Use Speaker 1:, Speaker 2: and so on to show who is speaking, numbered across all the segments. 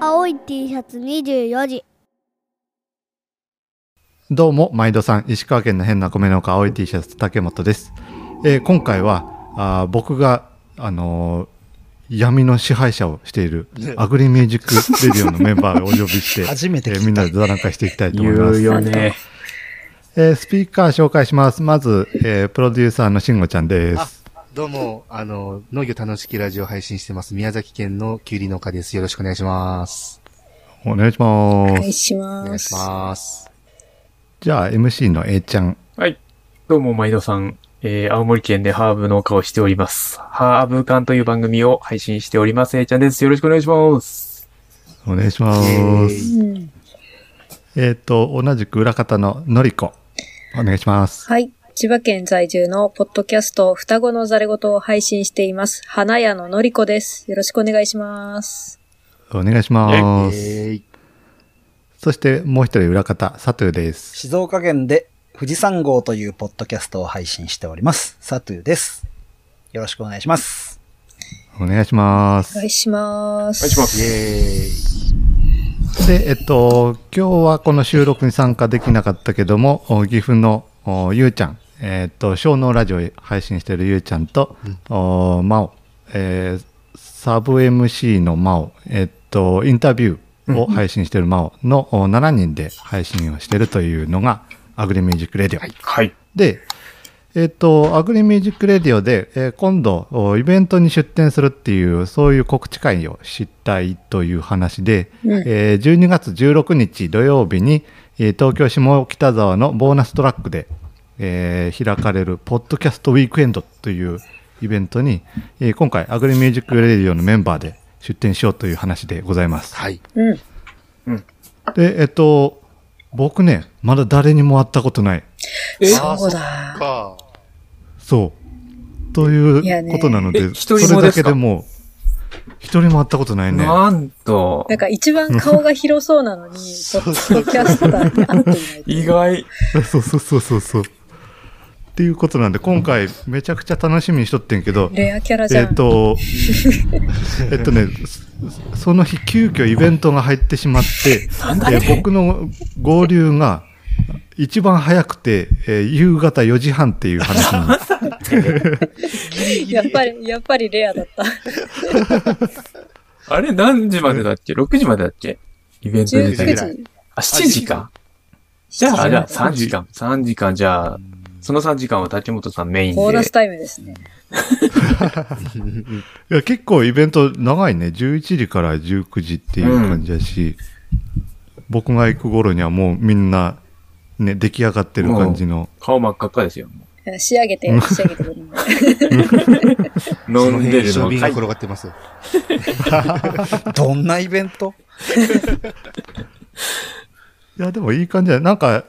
Speaker 1: 青い T シャツ24時
Speaker 2: どうも、毎度さん、石川県の変な米農家、青い T シャツ、竹本です。えー今回はあー僕が、あのー闇の支配者をしているアグリミュージックレディオのメンバーをお呼びして、
Speaker 3: 初めて聞い
Speaker 2: え
Speaker 3: た
Speaker 2: ーみんなで座談会していきたいと思い
Speaker 4: 言
Speaker 2: ま
Speaker 4: う
Speaker 2: す。
Speaker 4: よね。
Speaker 2: えースピーカー紹介します。まず、えープロデューサーの慎吾ちゃんです。
Speaker 3: どうも、あの、農業楽しきラジオ配信してます。宮崎県のキュウリ農家です。よろしくお願いします。
Speaker 2: お願いしま
Speaker 5: お
Speaker 2: す。
Speaker 5: 願いし
Speaker 3: お
Speaker 5: ま
Speaker 3: 願いし
Speaker 5: す。
Speaker 3: ます。
Speaker 2: じゃあ、MC の A ちゃん。
Speaker 4: はい。どうも、毎度さん。えー、青森県でハーブ農家をしております。ハーブ館という番組を配信しております。えーちゃんです。よろしくお願いします。
Speaker 2: お願いしま
Speaker 3: イエー
Speaker 2: す。
Speaker 3: イ
Speaker 5: うん
Speaker 2: えっ、と、同じく裏方ののりこ。お願いします。
Speaker 5: はい。千葉県在住のポッドキャスト、双子のざれ言を配信しています。花屋ののりこです。よろしくお願いします。
Speaker 2: お願いします。
Speaker 3: えー
Speaker 2: そして、もう一人裏方、佐藤です。
Speaker 6: 静岡県で富士山号というポッドキャストを配信しております。サトゥーです。よろしくお願いします。
Speaker 2: お願いしま
Speaker 5: お
Speaker 2: す
Speaker 5: 願。いしま
Speaker 4: お
Speaker 5: す。
Speaker 4: 願いします。
Speaker 3: イエー
Speaker 2: で、えっと、今日はこの収録に参加できなかったけども、お岐阜のおゆうちゃん、えっと、小脳ラジオ配信してるゆうちゃんと、おまお、えーサブ MC のまお、えっと、インタビューを配信してるまおのお7人で配信をしてるというのが、アグリミュージックレディオ。
Speaker 4: はい。
Speaker 2: で、えっ、と、アグリミュージックレディオで、えー今度、おイベントに出展するっていう、そういう告知会を知ったいという話で、えー12月16日土曜日に、えー東京下北沢のボーナストラックで、えー開かれる、ポッドキャストウィークエンドというイベントに、えー今回、アグリミュージックレディオのメンバーで出展しようという話でございます。
Speaker 3: はい。
Speaker 5: うん。
Speaker 2: で、えっ、と、僕ね、まだ誰にも会ったことない。
Speaker 3: あー
Speaker 5: そう
Speaker 3: そっ
Speaker 5: だ。
Speaker 3: か。
Speaker 2: そう。という
Speaker 5: いやね
Speaker 2: ことなので、
Speaker 4: え一人
Speaker 2: そ
Speaker 4: も
Speaker 2: れ
Speaker 4: で
Speaker 2: だ
Speaker 4: す
Speaker 2: け
Speaker 4: か
Speaker 2: でもう、一人も会ったことないね。
Speaker 4: なんと
Speaker 5: な、んか一番顔が広そうなのに、ポッドキャスターに合っていないと
Speaker 4: 意
Speaker 5: いう。
Speaker 4: 外。
Speaker 2: そうそうそうそうそう。っていうことなんで、今回めちゃくちゃ楽しみにしとってんけど、
Speaker 5: レアキャラじ
Speaker 2: え
Speaker 5: ゃ
Speaker 2: っ
Speaker 5: ん。
Speaker 2: と、えっとね、そその日急遽イベントが入ってしまって、
Speaker 4: なんだね
Speaker 2: で僕の合流が一番早くて、えー夕方4時半っていう話なんです。
Speaker 5: やっぱり、やっぱりレアだった。
Speaker 4: あれ、何時までだっけ ?6 時までだっけイベント出
Speaker 5: 19
Speaker 4: た
Speaker 5: 時。
Speaker 4: け
Speaker 3: 19
Speaker 4: ど。
Speaker 5: 7
Speaker 4: あ、7時か。じゃあ、じゃあ3時間。3時間、じゃあ、その3時間は竹本さんメインで。
Speaker 5: ボーナスタイムですね。
Speaker 2: いや結構イベント長いね11時から19時っていう感じだし、僕が行く頃にはもうみんな、ね、出来上がってる感じの
Speaker 4: 顔真っ赤っかですよ。
Speaker 5: 仕上げて、仕上げてくれる。
Speaker 4: 飲んでる
Speaker 3: そ
Speaker 4: の
Speaker 3: の辺に商品
Speaker 4: か
Speaker 3: が
Speaker 4: い
Speaker 3: 転がってますよ。
Speaker 6: どんなイベント
Speaker 2: いやでもいい感じだなんか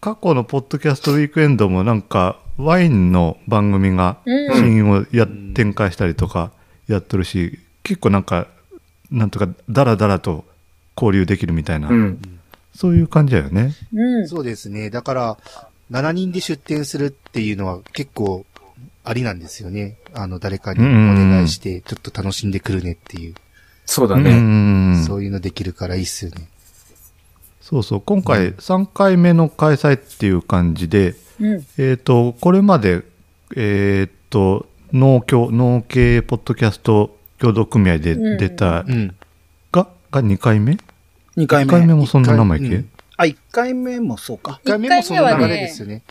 Speaker 2: 過去のポッドキャストウィークエンドもなんかワインの番組が
Speaker 5: うん
Speaker 2: 試飲をや、展開したりとかやっとるし結構なんかなんとかダラダラと交流できるみたいな、
Speaker 4: うん。
Speaker 2: そういう感じだよね
Speaker 5: うん。
Speaker 3: そうですね。だから、7人で出店するっていうのは結構ありなんですよね。あの、誰かにお願いして、ちょっと楽しんでくるねっていう。
Speaker 4: そうだ
Speaker 2: うんう
Speaker 4: ね。
Speaker 2: んうん
Speaker 3: そういうのできるからいいっすよね。
Speaker 2: そうそう今回3回目の開催っていう感じで、
Speaker 5: うん。
Speaker 2: えー、とこれまで、えー、と農協農系ポッドキャスト協同組合で
Speaker 5: うん
Speaker 2: 出た
Speaker 3: うん。
Speaker 2: が,、が2回目
Speaker 6: ?2 回
Speaker 2: ?1
Speaker 6: 目。
Speaker 2: 回目もそんな名前
Speaker 3: 一回
Speaker 2: 系
Speaker 3: うん
Speaker 6: あ、1回目もそうか。
Speaker 3: 1回目もその流れですよね。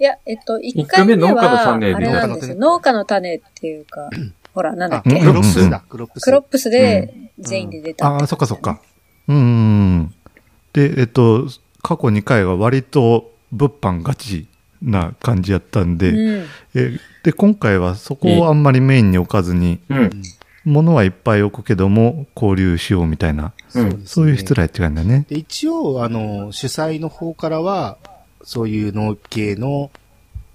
Speaker 5: いや、えっと、一
Speaker 4: 一
Speaker 5: 回
Speaker 4: 回
Speaker 5: 目
Speaker 4: 目
Speaker 5: は、
Speaker 4: 農家の種
Speaker 5: あれなんですよ。農家の種っていうか、ほら、なんだ
Speaker 3: あ、
Speaker 5: っ
Speaker 3: ク
Speaker 5: け
Speaker 2: うん
Speaker 3: ロップスだ、クロップス。
Speaker 5: クロップスで全員で出た。
Speaker 2: ああそっかそっかうんうんうんでえっ、と過去2回は割と物販ガチな感じやったんで、
Speaker 5: うん。
Speaker 2: えで今回はそこをあんまりメインに置かずに
Speaker 4: うん。
Speaker 2: 物はいっぱい置くけども交流しようみたいな
Speaker 4: うん
Speaker 3: ですね
Speaker 2: そういう失礼って感じだね
Speaker 3: で、一応、あの、主催の方からは、そういう農系の、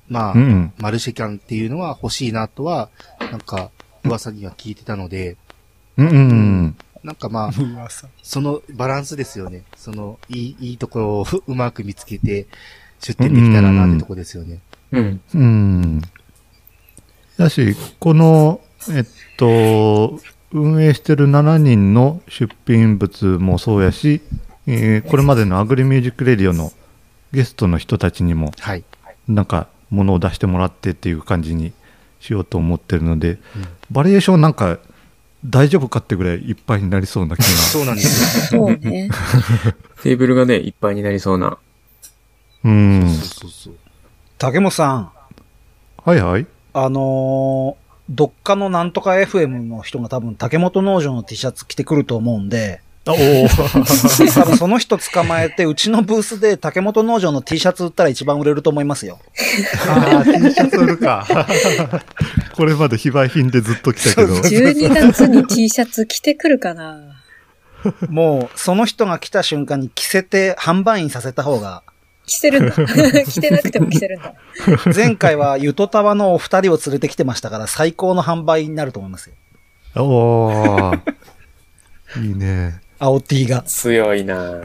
Speaker 3: まあ、
Speaker 2: うんうん
Speaker 3: マルシェキャンっていうのは欲しいなとは、なんか、噂には聞いてたので、
Speaker 2: うんうんうん
Speaker 3: なんかまあ、そのバランスですよね。その、いい、いいところを うまく見つけて、出店できたらなってとこですよね。
Speaker 4: うん。
Speaker 2: うん。だし、この、えっと、運営してる7人の出品物もそうやし、えーこれまでのアグリミュージックレディオのゲストの人たちにも
Speaker 3: はい。
Speaker 2: なんか物を出してもらってっていう感じにしようと思ってるので、バリエーションなんか大丈夫かってぐらいいっぱいになりそうな気が
Speaker 3: そうなんですよ。
Speaker 5: そうね。
Speaker 4: テーブルがね、いっぱいになりそうな。
Speaker 2: うん
Speaker 3: そうそうそう。
Speaker 6: 竹本さん、
Speaker 2: はいはい
Speaker 6: あのーどっかのなんとか FM の人が多分竹本農場の T シャツ着てくると思うん で、
Speaker 2: おお
Speaker 6: 多分その人捕まえて、うちのブースで竹本農場の T シャツ売ったら一番売れると思いますよ。
Speaker 2: あー T シャツ売るか これまで非売品でずっと来たけど
Speaker 6: そう
Speaker 5: 12月に T シャツ着てくるかな。
Speaker 6: もう、その人が来た瞬間に着せて販売員させた方が、
Speaker 5: 着せるんだ。着てなくても着せるんだ。
Speaker 6: 前回はゆとたわのお二人を連れてきてましたから、最高の販売になると思いますよ。
Speaker 2: おおいいね
Speaker 6: 青 T が
Speaker 4: 強いな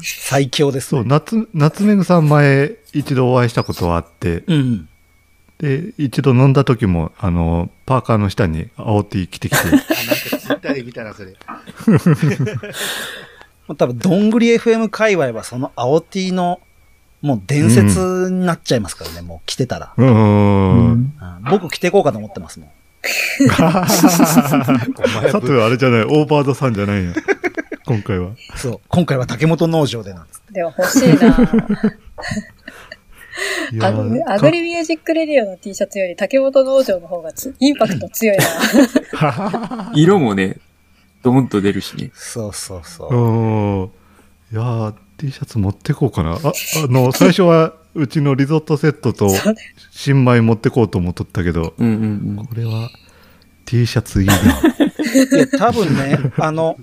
Speaker 6: 最強です。
Speaker 2: そう夏夏目ぐさん前一度お会いしたことはあって
Speaker 6: うん。
Speaker 2: で一度飲んだ時もあのパーカーの下に青 T 着てきて
Speaker 3: あ、なんかツイッターで見たな、それ。
Speaker 6: もう多分、どんぐり FM 界隈はその青 T の、もう伝説になっちゃいますからね、もう着てたら。
Speaker 2: うーん。
Speaker 6: うん僕着ていこうかと思ってますもん。
Speaker 2: 佐藤あれじゃない、オーバードさんじゃないんや。今回は。
Speaker 6: そう。今回は竹本農場でなんです。
Speaker 5: でも欲しいな。
Speaker 2: い
Speaker 5: ア
Speaker 2: や
Speaker 5: グ
Speaker 2: ー
Speaker 5: アグリミュージックレディオの T シャツより竹本農場の方がつインパクト強いな。
Speaker 4: 色もね、ドーンと出るしね。
Speaker 6: そうそうそうう。
Speaker 2: ーんいやー、T シャツ持ってこうかな。あ、あの、最初はうちのリゾットセットと
Speaker 5: そうね
Speaker 2: 新米持ってこうと思っとったけど、
Speaker 4: うんうんうん
Speaker 2: これは T シャツいいな。
Speaker 6: いや、多分ね、あの、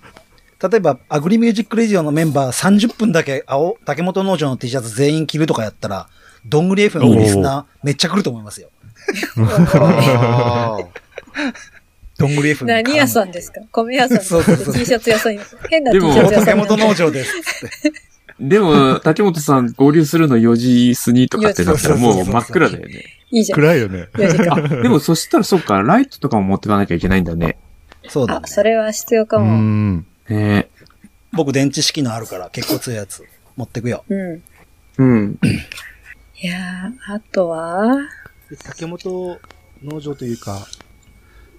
Speaker 6: 例えば、アグリミュージックレディオのメンバー30分だけ青、竹本農場の T シャツ全員着るとかやったら、どんぐり FM のリスナーめっちゃ来ると思いますよ。
Speaker 3: あ あ。
Speaker 6: どんぐり FM に絡む
Speaker 5: 何屋さんですか米屋さんです
Speaker 6: そうそうそう
Speaker 5: T シャツ屋さんです。変な T
Speaker 4: で
Speaker 5: シ
Speaker 4: も
Speaker 5: ャ
Speaker 6: そう
Speaker 5: ツ屋さ
Speaker 6: 竹
Speaker 5: ん
Speaker 6: 本農 場です。
Speaker 4: でも、竹本さん合流するの4時過ぎとかってなったらもう真っ暗だよね。
Speaker 5: いいじゃん。
Speaker 2: 暗いよね。
Speaker 5: 4時間。
Speaker 4: あ、でもそしたらそっか、ライトとかも持ってかなきゃいけないんだね。
Speaker 6: そうだ、
Speaker 5: あ
Speaker 6: ね、。
Speaker 5: それは必要
Speaker 2: う
Speaker 5: か
Speaker 2: ー
Speaker 5: も。
Speaker 2: ん。
Speaker 4: ね
Speaker 6: 僕電池式のあるから結構強いやつ持ってくよ。
Speaker 5: うん。
Speaker 4: え。うん。
Speaker 5: いやー、あとは、
Speaker 3: で竹本農場というか、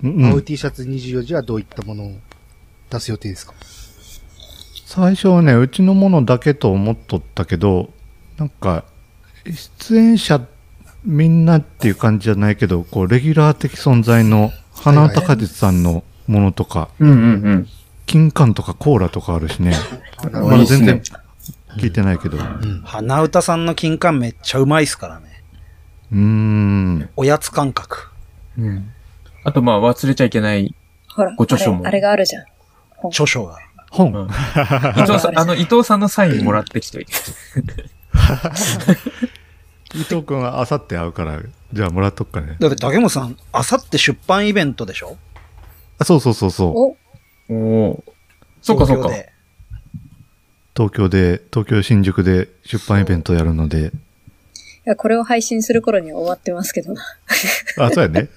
Speaker 2: うんう
Speaker 3: 青い
Speaker 2: ん、
Speaker 3: T シャツ24時はどういったものを出す予定ですか
Speaker 2: 最初はね、うちのものだけと思っとったけど、なんか、出演者みんなっていう感じじゃないけど、こう、レギュラー的存在の花尾隆実さんのものとか、
Speaker 4: うんうんうん。
Speaker 2: 金柑とかコーラとかあるしね。
Speaker 3: な
Speaker 2: まだ全
Speaker 4: いい
Speaker 2: 然
Speaker 4: っ
Speaker 2: 聞いてないけど。う
Speaker 6: 花歌さんの金柑めっちゃうまいっすからね。
Speaker 2: ーん。
Speaker 6: おやつ感覚。
Speaker 4: うん。あとまあ忘れちゃいけない。
Speaker 5: ほら、
Speaker 4: ご著書も
Speaker 5: あれあれがあるじゃん。
Speaker 6: 著書が。
Speaker 2: 本、
Speaker 4: うん伊藤さ ん、あの伊藤さんのサインもらってきといて。
Speaker 2: 伊藤君はあさって会うから、じゃあもらっとくかね。
Speaker 6: だって竹本さん、あさって出版イベントでしょ
Speaker 2: あそうそうそうそう。
Speaker 5: お、
Speaker 4: おお。そっかそっか。
Speaker 6: 東京で
Speaker 2: 東京で、東京新宿で出版イベントやるので。
Speaker 5: いや、これを配信する頃には終わってますけどな。
Speaker 2: あ、そうやね。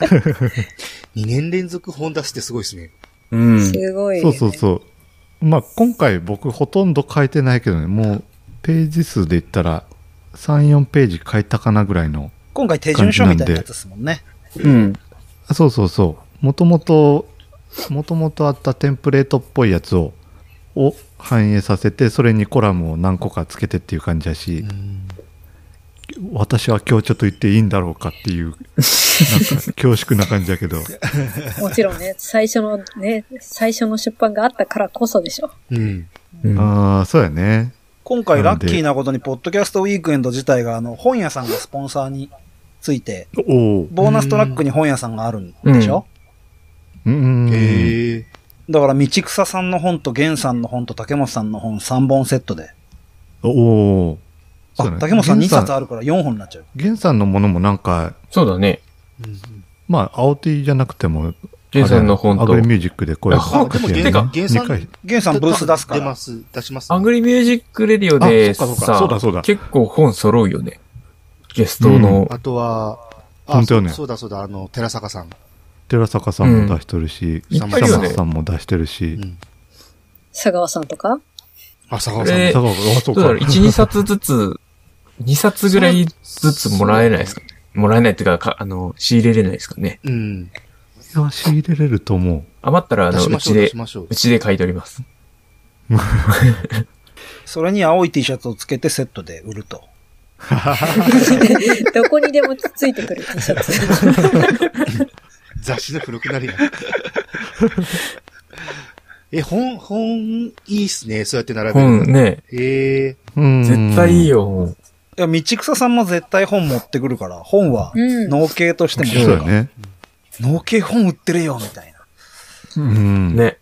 Speaker 3: 2年連続本出すってすごいですね。
Speaker 4: うん。
Speaker 5: すごい、ね。
Speaker 2: そうそうそう。まあ今回僕ほとんど書いてないけどね、もうページ数で言ったら3、4ページ書いたかなぐらいの
Speaker 6: 今回手順書みたいなやつですもんね。
Speaker 4: うん。
Speaker 2: あそうそうそう。もともと、もともとあったテンプレートっぽいやつを、を反映させて、それにコラムを何個かつけてっていう感じだし、私は強調と言っていいんだろうかっていう、なんか恐縮な感じだ けど。
Speaker 5: もちろんね、最初のね、最初の出版があったからこそでしょ。
Speaker 3: うん。
Speaker 2: ああ、そうやね。
Speaker 6: 今回ラッキーなことに、ポッドキャストウィークエンド自体が、あの、本屋さんがスポンサーについて、
Speaker 2: おお。
Speaker 6: ボーナストラックに本屋さんがあるんでしょ、
Speaker 2: うんうんうん。
Speaker 3: へえ。
Speaker 6: だから、道草さんの本と源さんの本と竹本さんの本3本セットで。
Speaker 2: おお。
Speaker 6: あ、竹本さん2冊あ
Speaker 2: る。
Speaker 6: るから4本になっちゃう。
Speaker 2: 源さんのものもなんか、
Speaker 4: そうだね。
Speaker 2: まあ、青 T じゃなくても、
Speaker 4: 源さんの本と
Speaker 2: あれアグリミュージックでこうやって
Speaker 4: あ本か
Speaker 2: やって
Speaker 4: てか
Speaker 2: 二
Speaker 3: 源さん
Speaker 2: 回
Speaker 6: 源さんブース出すか
Speaker 3: 出
Speaker 6: ら
Speaker 3: ま。す。出します。
Speaker 4: アングリミュージックレディオで
Speaker 2: あそっ
Speaker 4: さ
Speaker 2: かそっかそうだそうだ
Speaker 4: 結構本揃うよね。ゲストの。
Speaker 3: あとは、あ
Speaker 2: 本当よね
Speaker 3: そうそうだそうだ、あの、寺坂さん。
Speaker 2: 寺坂さんも出してるし、
Speaker 3: うんいっ
Speaker 4: ぱいいるよね
Speaker 2: さんも出してるし、
Speaker 3: うん。
Speaker 5: 佐川さんとか
Speaker 3: あ、佐川
Speaker 4: こ
Speaker 3: さんも
Speaker 4: れ、
Speaker 2: 佐
Speaker 4: ど
Speaker 2: 川君あそううか
Speaker 4: だろう、1、2冊ずつ、2冊ぐらいずつもらえないですかね。もらえないっていうかか、あの、仕入れれないですかね。
Speaker 3: うん。
Speaker 2: いや、仕入れれると思
Speaker 4: 余ったら、あ
Speaker 3: 出
Speaker 4: の、
Speaker 3: し
Speaker 4: う
Speaker 3: ましょ
Speaker 4: ち
Speaker 3: う、出
Speaker 4: で
Speaker 3: し、ましょう
Speaker 4: う。ちで買い取ります。
Speaker 6: それに青い T シャツをつけてセットで売ると。
Speaker 5: どこにでもついてくる T シャツ。
Speaker 3: 雑誌の古くなりが。 え、本、本、いいっすね。そうやって並べるの。
Speaker 4: 本ね、
Speaker 3: へえ。
Speaker 2: う。うん
Speaker 4: 絶対いい。よ、もう
Speaker 6: いや、道草さんも絶対本持ってくるから、本は
Speaker 5: うん
Speaker 6: 農系としてもいい
Speaker 2: そう
Speaker 6: か
Speaker 2: だね。
Speaker 6: 農系本売ってるよ、みたいな。
Speaker 2: うん。
Speaker 4: ね。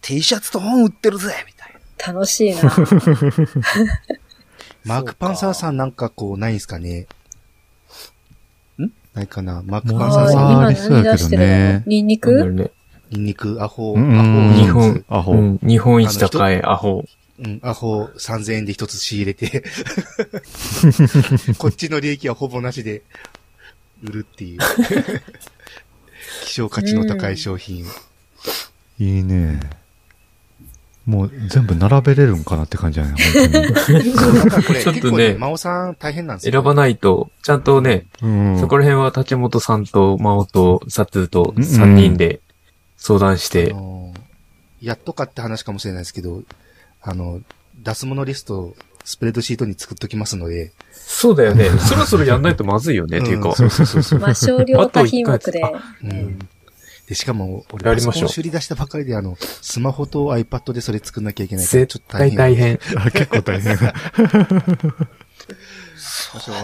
Speaker 6: T シャツと本売ってるぜ、みたいな。
Speaker 5: 楽しいな。
Speaker 3: マークパンサーさんなんかこう、ないんすかね
Speaker 6: ん
Speaker 3: ないかなマーク
Speaker 2: もう
Speaker 3: パンサーさん
Speaker 5: あ
Speaker 2: あ
Speaker 5: あ、
Speaker 2: ー
Speaker 5: 今何出してる
Speaker 2: ありそうやけど
Speaker 5: の
Speaker 2: ね
Speaker 5: ニンニ
Speaker 4: なんだろう
Speaker 5: ク
Speaker 4: ね。
Speaker 3: ニンニク、アホ、
Speaker 2: う
Speaker 3: アホ
Speaker 2: んうん、
Speaker 4: 日本
Speaker 2: アホ。
Speaker 4: うん、日本一高いアホ。
Speaker 3: うん、アホ3000円で一つ仕入れて、 こっちの利益はほぼなしで売るっていう。希少価値の高い商品。
Speaker 2: いいね。もう全部並べれるんかなって感じだね、本当に。
Speaker 3: だからこれ
Speaker 4: ちょっとね
Speaker 3: 結構ね、真央さん大変なんですよ、
Speaker 4: 選ばないと、ちゃんとね、
Speaker 2: うん、
Speaker 4: そこら辺は立本さんと、真央と、サツーと、3人で相談して、
Speaker 3: あのやっとかって話かもしれないですけど、あの、出すものリスト、スプレッドシートに作っときますので、
Speaker 4: そうだよね。 そろそろやんないとまずいよね、っていうか
Speaker 3: ん。そうそうそうそう。
Speaker 5: まあ、少量多品目で
Speaker 4: あ。
Speaker 3: うん。で、しかも、俺、
Speaker 4: や
Speaker 3: パ
Speaker 4: り
Speaker 3: ソ
Speaker 4: ましょう
Speaker 3: コン修理出したばかりで、あの、スマホと iPad でそれ作んなきゃいけないから、ちょ
Speaker 4: 絶
Speaker 3: っと大
Speaker 4: 対
Speaker 3: 変。
Speaker 4: 大変。
Speaker 2: あ結構大変。
Speaker 3: しょうがないんですけど。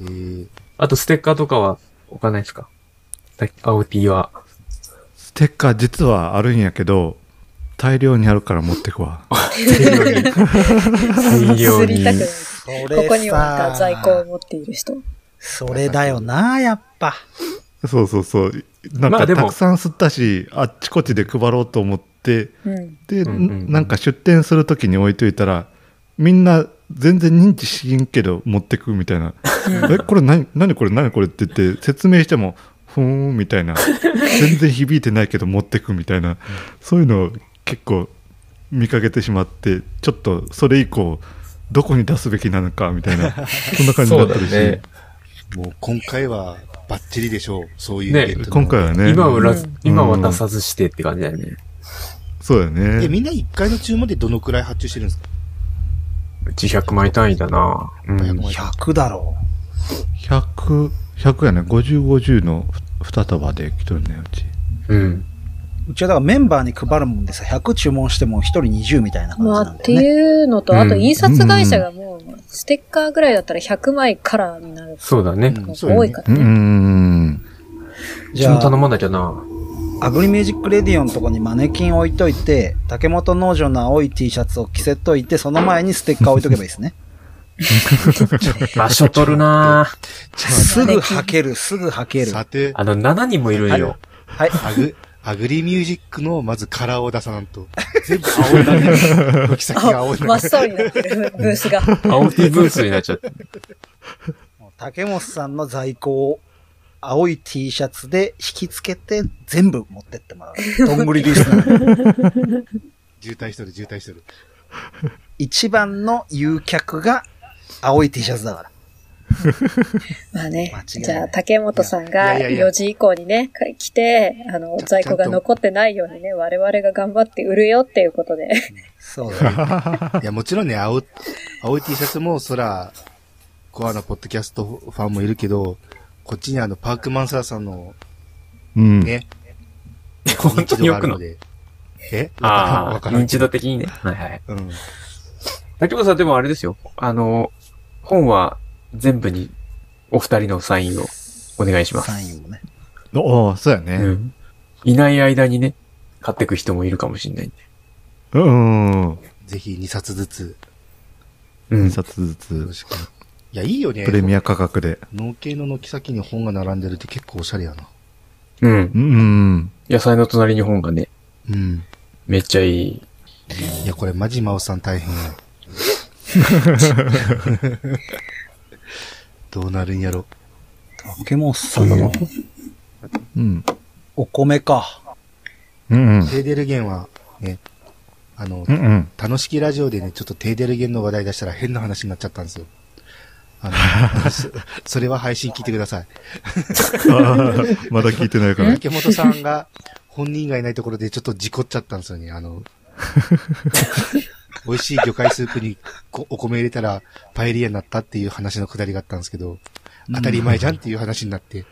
Speaker 3: えー、
Speaker 4: あと、ステッカーとかは置かないですかさっき青 T は。
Speaker 2: ステッカー実はあるんやけど、大量にあるから持ってくわ。
Speaker 4: 大量
Speaker 5: すり
Speaker 4: に
Speaker 5: た。くない。
Speaker 6: そ
Speaker 5: ここにはなんか在庫を持っている人。
Speaker 6: それだよな、やっぱ。
Speaker 2: そうそうそう。なん
Speaker 4: まあ
Speaker 2: か
Speaker 4: でも
Speaker 2: たくさん吸ったし、あっちこっちで配ろうと思って、
Speaker 5: うん。
Speaker 2: で、
Speaker 4: うんうんうん
Speaker 2: なんか出店するときに置いといたら、みんな全然認知しんけど持ってくみたいな。え、これ何、何これ何これって言って説明しても、ふーんみたいな。全然響いてないけど持ってくみたいな。そういうのを結構見かけてしまって、ちょっとそれ以降、どこに出すべきなのかみたい な、そんな感じに
Speaker 4: そ
Speaker 2: な
Speaker 4: う
Speaker 2: って
Speaker 4: だ
Speaker 2: るし。
Speaker 4: ね。
Speaker 3: もう今回はバッチリでしょう。そういう
Speaker 4: ね
Speaker 3: イベントの
Speaker 2: 今回はね。
Speaker 4: 今はら
Speaker 5: う、ん
Speaker 4: 今は出さずしてって感じだよね。
Speaker 2: そうだよ
Speaker 3: え、
Speaker 2: ね。
Speaker 3: みんな1回の注文でどのくらい発注してるんですか
Speaker 4: うち100枚単位だな。う
Speaker 3: 500
Speaker 4: ん。
Speaker 3: 枚
Speaker 6: 100だろ
Speaker 2: 100、100やね。50、50の2束で来とるね、うち。
Speaker 4: うん。
Speaker 6: う。うちはだからメンバーに配るもんでさ、100注文しても1人20みたいな感じ
Speaker 5: まあ、
Speaker 6: なん
Speaker 5: っ
Speaker 6: だ
Speaker 5: て
Speaker 6: よね。
Speaker 5: いうの
Speaker 4: う
Speaker 5: と、
Speaker 4: ん
Speaker 5: あと印刷会社がもう、ステッカーぐらいだったら100枚カラーになる
Speaker 4: そうだね。
Speaker 3: うん
Speaker 5: の
Speaker 3: そ
Speaker 5: が
Speaker 3: う
Speaker 5: 多
Speaker 3: よ
Speaker 5: い
Speaker 3: ね
Speaker 5: か
Speaker 2: う
Speaker 5: ら
Speaker 2: んうん
Speaker 5: ね。
Speaker 2: うんうん。
Speaker 6: じ
Speaker 4: じ
Speaker 6: ゃ
Speaker 4: ゃ
Speaker 6: あ
Speaker 4: あ頼まなきゃな。
Speaker 6: アグリミュージックレディオのとこにマネキン置いといて、竹本農場の青い T シャツを着せといて、その前にステッカー置いとけばいいですね。
Speaker 4: 場所取るな
Speaker 6: すぐ履ける、すぐ履ける。
Speaker 3: さて、
Speaker 4: あの、7人もいるんよ。
Speaker 6: はい。
Speaker 3: アグ、アグリミュージックのまずカラーを出さなんと。全部青いなんで、 軒先が
Speaker 5: あ
Speaker 3: 青い、
Speaker 5: 真
Speaker 3: な
Speaker 5: っ青になってる、ブースが。
Speaker 4: 青 T ブースになっちゃって。
Speaker 6: 竹本さんの在庫を青い T シャツで引き付けて全部持ってってもら う。どんぐりリスナー。
Speaker 3: 渋滞しとる、渋滞しとる。
Speaker 6: 一番の誘客が青い T シャツだから。
Speaker 5: まあね
Speaker 6: 間違いな。い
Speaker 5: じゃあ、竹本さんが
Speaker 3: いやいやいや
Speaker 5: 4時以降にね、か来て、あの、
Speaker 3: ちゃ
Speaker 5: 在庫が残ってないようにね、我々が頑張って売るよっていうことで。
Speaker 6: そうだね。
Speaker 3: いや、もちろんね、青、青い T シャツも、そら、コアのポッドキャストファンもいるけど、こっちにあの、パークマンサーさんの
Speaker 2: うん。
Speaker 3: ね、
Speaker 4: 本当に
Speaker 3: よ
Speaker 4: 置くの。
Speaker 3: で。え
Speaker 4: ああ、認知度
Speaker 3: だ。
Speaker 4: 的にね。はいはい。
Speaker 3: うん。
Speaker 4: 竹本さんでもあれですよ。あの、本は全部にお二人のサインをお願いします。
Speaker 6: サインもね。
Speaker 2: おおそうや
Speaker 4: う
Speaker 2: ね。
Speaker 4: ん。いない間にね、買ってく人もいるかもしれないんで。
Speaker 2: うん。うん
Speaker 3: ぜひ2冊ずつ、
Speaker 4: う
Speaker 2: 2
Speaker 4: ん。
Speaker 2: 冊ず
Speaker 3: よ
Speaker 2: つ
Speaker 3: ろ、しく。いや、いいよね。
Speaker 2: プレミア価格で。
Speaker 3: 農系の軒先に本が並んでるって結構おしゃれやな。
Speaker 4: うん。
Speaker 2: うんうん。
Speaker 4: 野菜の隣に本がね、
Speaker 3: うん。
Speaker 4: めっちゃいい。
Speaker 3: いや、これマジ真央さん大変や。どうなるんやろ。
Speaker 6: 竹本さんの
Speaker 2: ううん。
Speaker 6: お米か。
Speaker 2: うんうん。
Speaker 3: テーデルゲンは、ね、あの
Speaker 2: う、ん うん。
Speaker 3: 楽しきラジオでね、ちょっとテーデルゲンの話題出したら変な話になっちゃったんですよ。あ の、そそれは配信聞いてください。
Speaker 2: まだ聞いてないから。
Speaker 3: 竹本さんが本人がいないところでちょっと事故っちゃったんですよね。あの、美味しい魚介スープにこお米入れたらパエリアになったっていう話のくだりがあったんですけど、当たり前じゃんっていう話になって。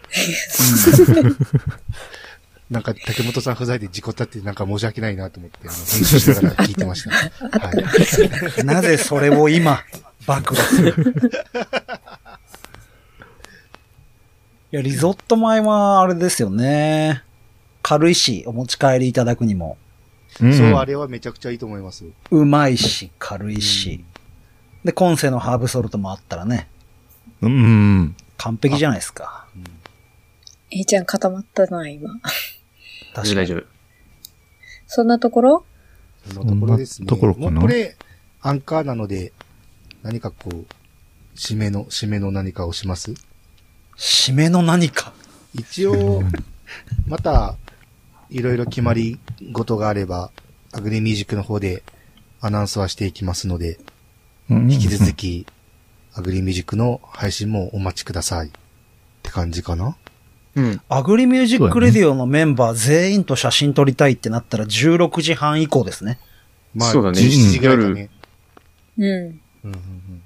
Speaker 3: なんか、竹本さん不在で事故ったってなんか申し訳ないなと思って、あの、編集しながら聞いてました。はい。
Speaker 6: なぜそれを今、暴露するいや、リゾット米はあれですよね。軽いし、お持ち帰りいただくにも。
Speaker 2: うん
Speaker 3: そう、
Speaker 2: う
Speaker 3: あ
Speaker 2: ん。
Speaker 3: れはめちゃくちゃいいと思います。
Speaker 6: うまいし、軽いし。で、今世のハーブソルトもあったらね、
Speaker 2: うんうん。
Speaker 6: 完璧じゃないですか。
Speaker 5: えいちゃん固まったな、今。
Speaker 6: 確か
Speaker 4: 大
Speaker 6: に。
Speaker 4: 丈夫。
Speaker 5: そんなところ
Speaker 3: そのところですね。
Speaker 2: そんなところかな
Speaker 3: もうこれ、アンカーなので、何かこう、締めの、締めの何かをします
Speaker 6: 締めの何か。
Speaker 3: 一応、また、いろいろ決まり事があれば、アグネミュージックの方でアナウンスはしていきますので、
Speaker 2: うん
Speaker 3: 引き続き、アグリミュージックの配信もお待ちください。って感じかな
Speaker 4: うん。
Speaker 6: アグリミュージックレディオのメンバー全員と写真撮りたいってなったら16時半以降ですね。
Speaker 3: まあ、
Speaker 4: そうだね
Speaker 3: 17時ぐらいだね。
Speaker 5: うん。
Speaker 3: うんうんうん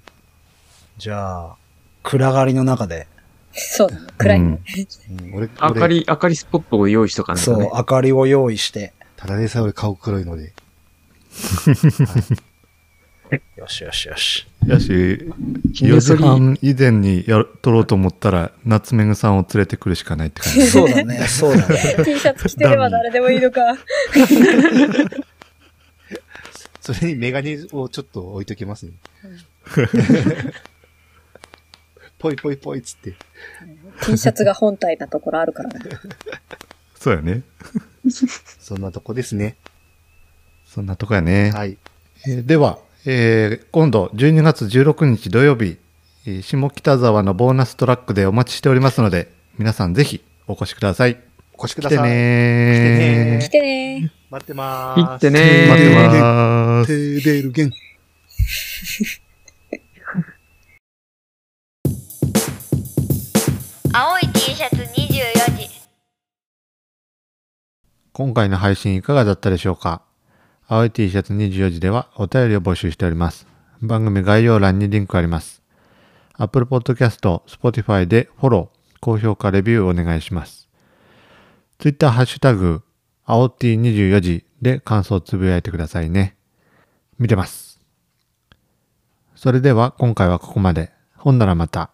Speaker 6: じゃあ、暗がりの中で。
Speaker 5: そうだね。暗い。
Speaker 2: うん
Speaker 3: うん俺、
Speaker 4: 明か
Speaker 3: 俺、
Speaker 4: り、明かりスポットを用意しとかないと
Speaker 6: そう、
Speaker 4: ね。
Speaker 6: 明かりを用意して。
Speaker 3: ただでさえ俺顔黒いので。
Speaker 6: よしよしよし。
Speaker 2: やし、
Speaker 4: ひげ
Speaker 2: 4
Speaker 4: 剃
Speaker 2: 時
Speaker 4: り
Speaker 2: 半以前にやる撮ろうと思ったら、夏目ぐさんを連れてくるしかないって感 じ。
Speaker 6: そうだね、そうだね。
Speaker 5: T シャツ着てれば誰でもいいのか。
Speaker 3: それにメガネをちょっと置いときますね。ぽいぽいぽいっつって。
Speaker 5: T シャツが本体なところあるからね。
Speaker 2: そうやね。
Speaker 3: そんなとこですね。
Speaker 2: そんなとこやね。
Speaker 3: はい。
Speaker 2: えーでは、えー今度12月16日土曜日、えー下北沢のボーナストラックでお待ちしておりますので、皆さんぜひお越しください。
Speaker 3: お越しく
Speaker 2: 来
Speaker 3: だ
Speaker 2: て
Speaker 3: さい。
Speaker 2: ね
Speaker 3: 来
Speaker 5: 来てね
Speaker 3: ー。待ってまーす。
Speaker 4: 行って
Speaker 2: ー
Speaker 4: ねー。
Speaker 2: 待ってまー
Speaker 6: テ
Speaker 2: す。
Speaker 6: ーデルゲン。
Speaker 7: 青い T シャツ24時
Speaker 2: 今回の配信いかがだったでしょうか青い T シャツ24時ではお便りを募集しております。番組概要欄にリンクあります。Apple Podcast、Spotify でフォロー、高評価、レビューお願いします。Twitter ハッシュタグ、青 T24 時で感想をつぶやいてくださいね。見てます。それでは今回はここまで。ほんならまた。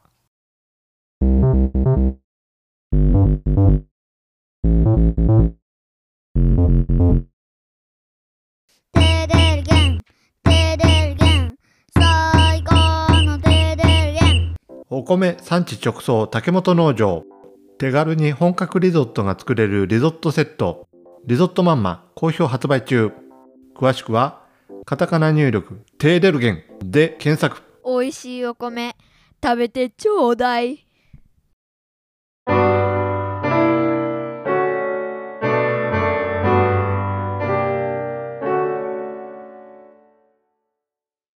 Speaker 7: テデルゲンテデルゲン最高のテデルゲン
Speaker 2: お米産地直送竹本農場手軽に本格リゾットが作れるリゾットセットリゾットマンマ好評発売中詳しくはカタカナ入力「テーデルゲン」で検索
Speaker 8: 美味しいお米食べてちょうだい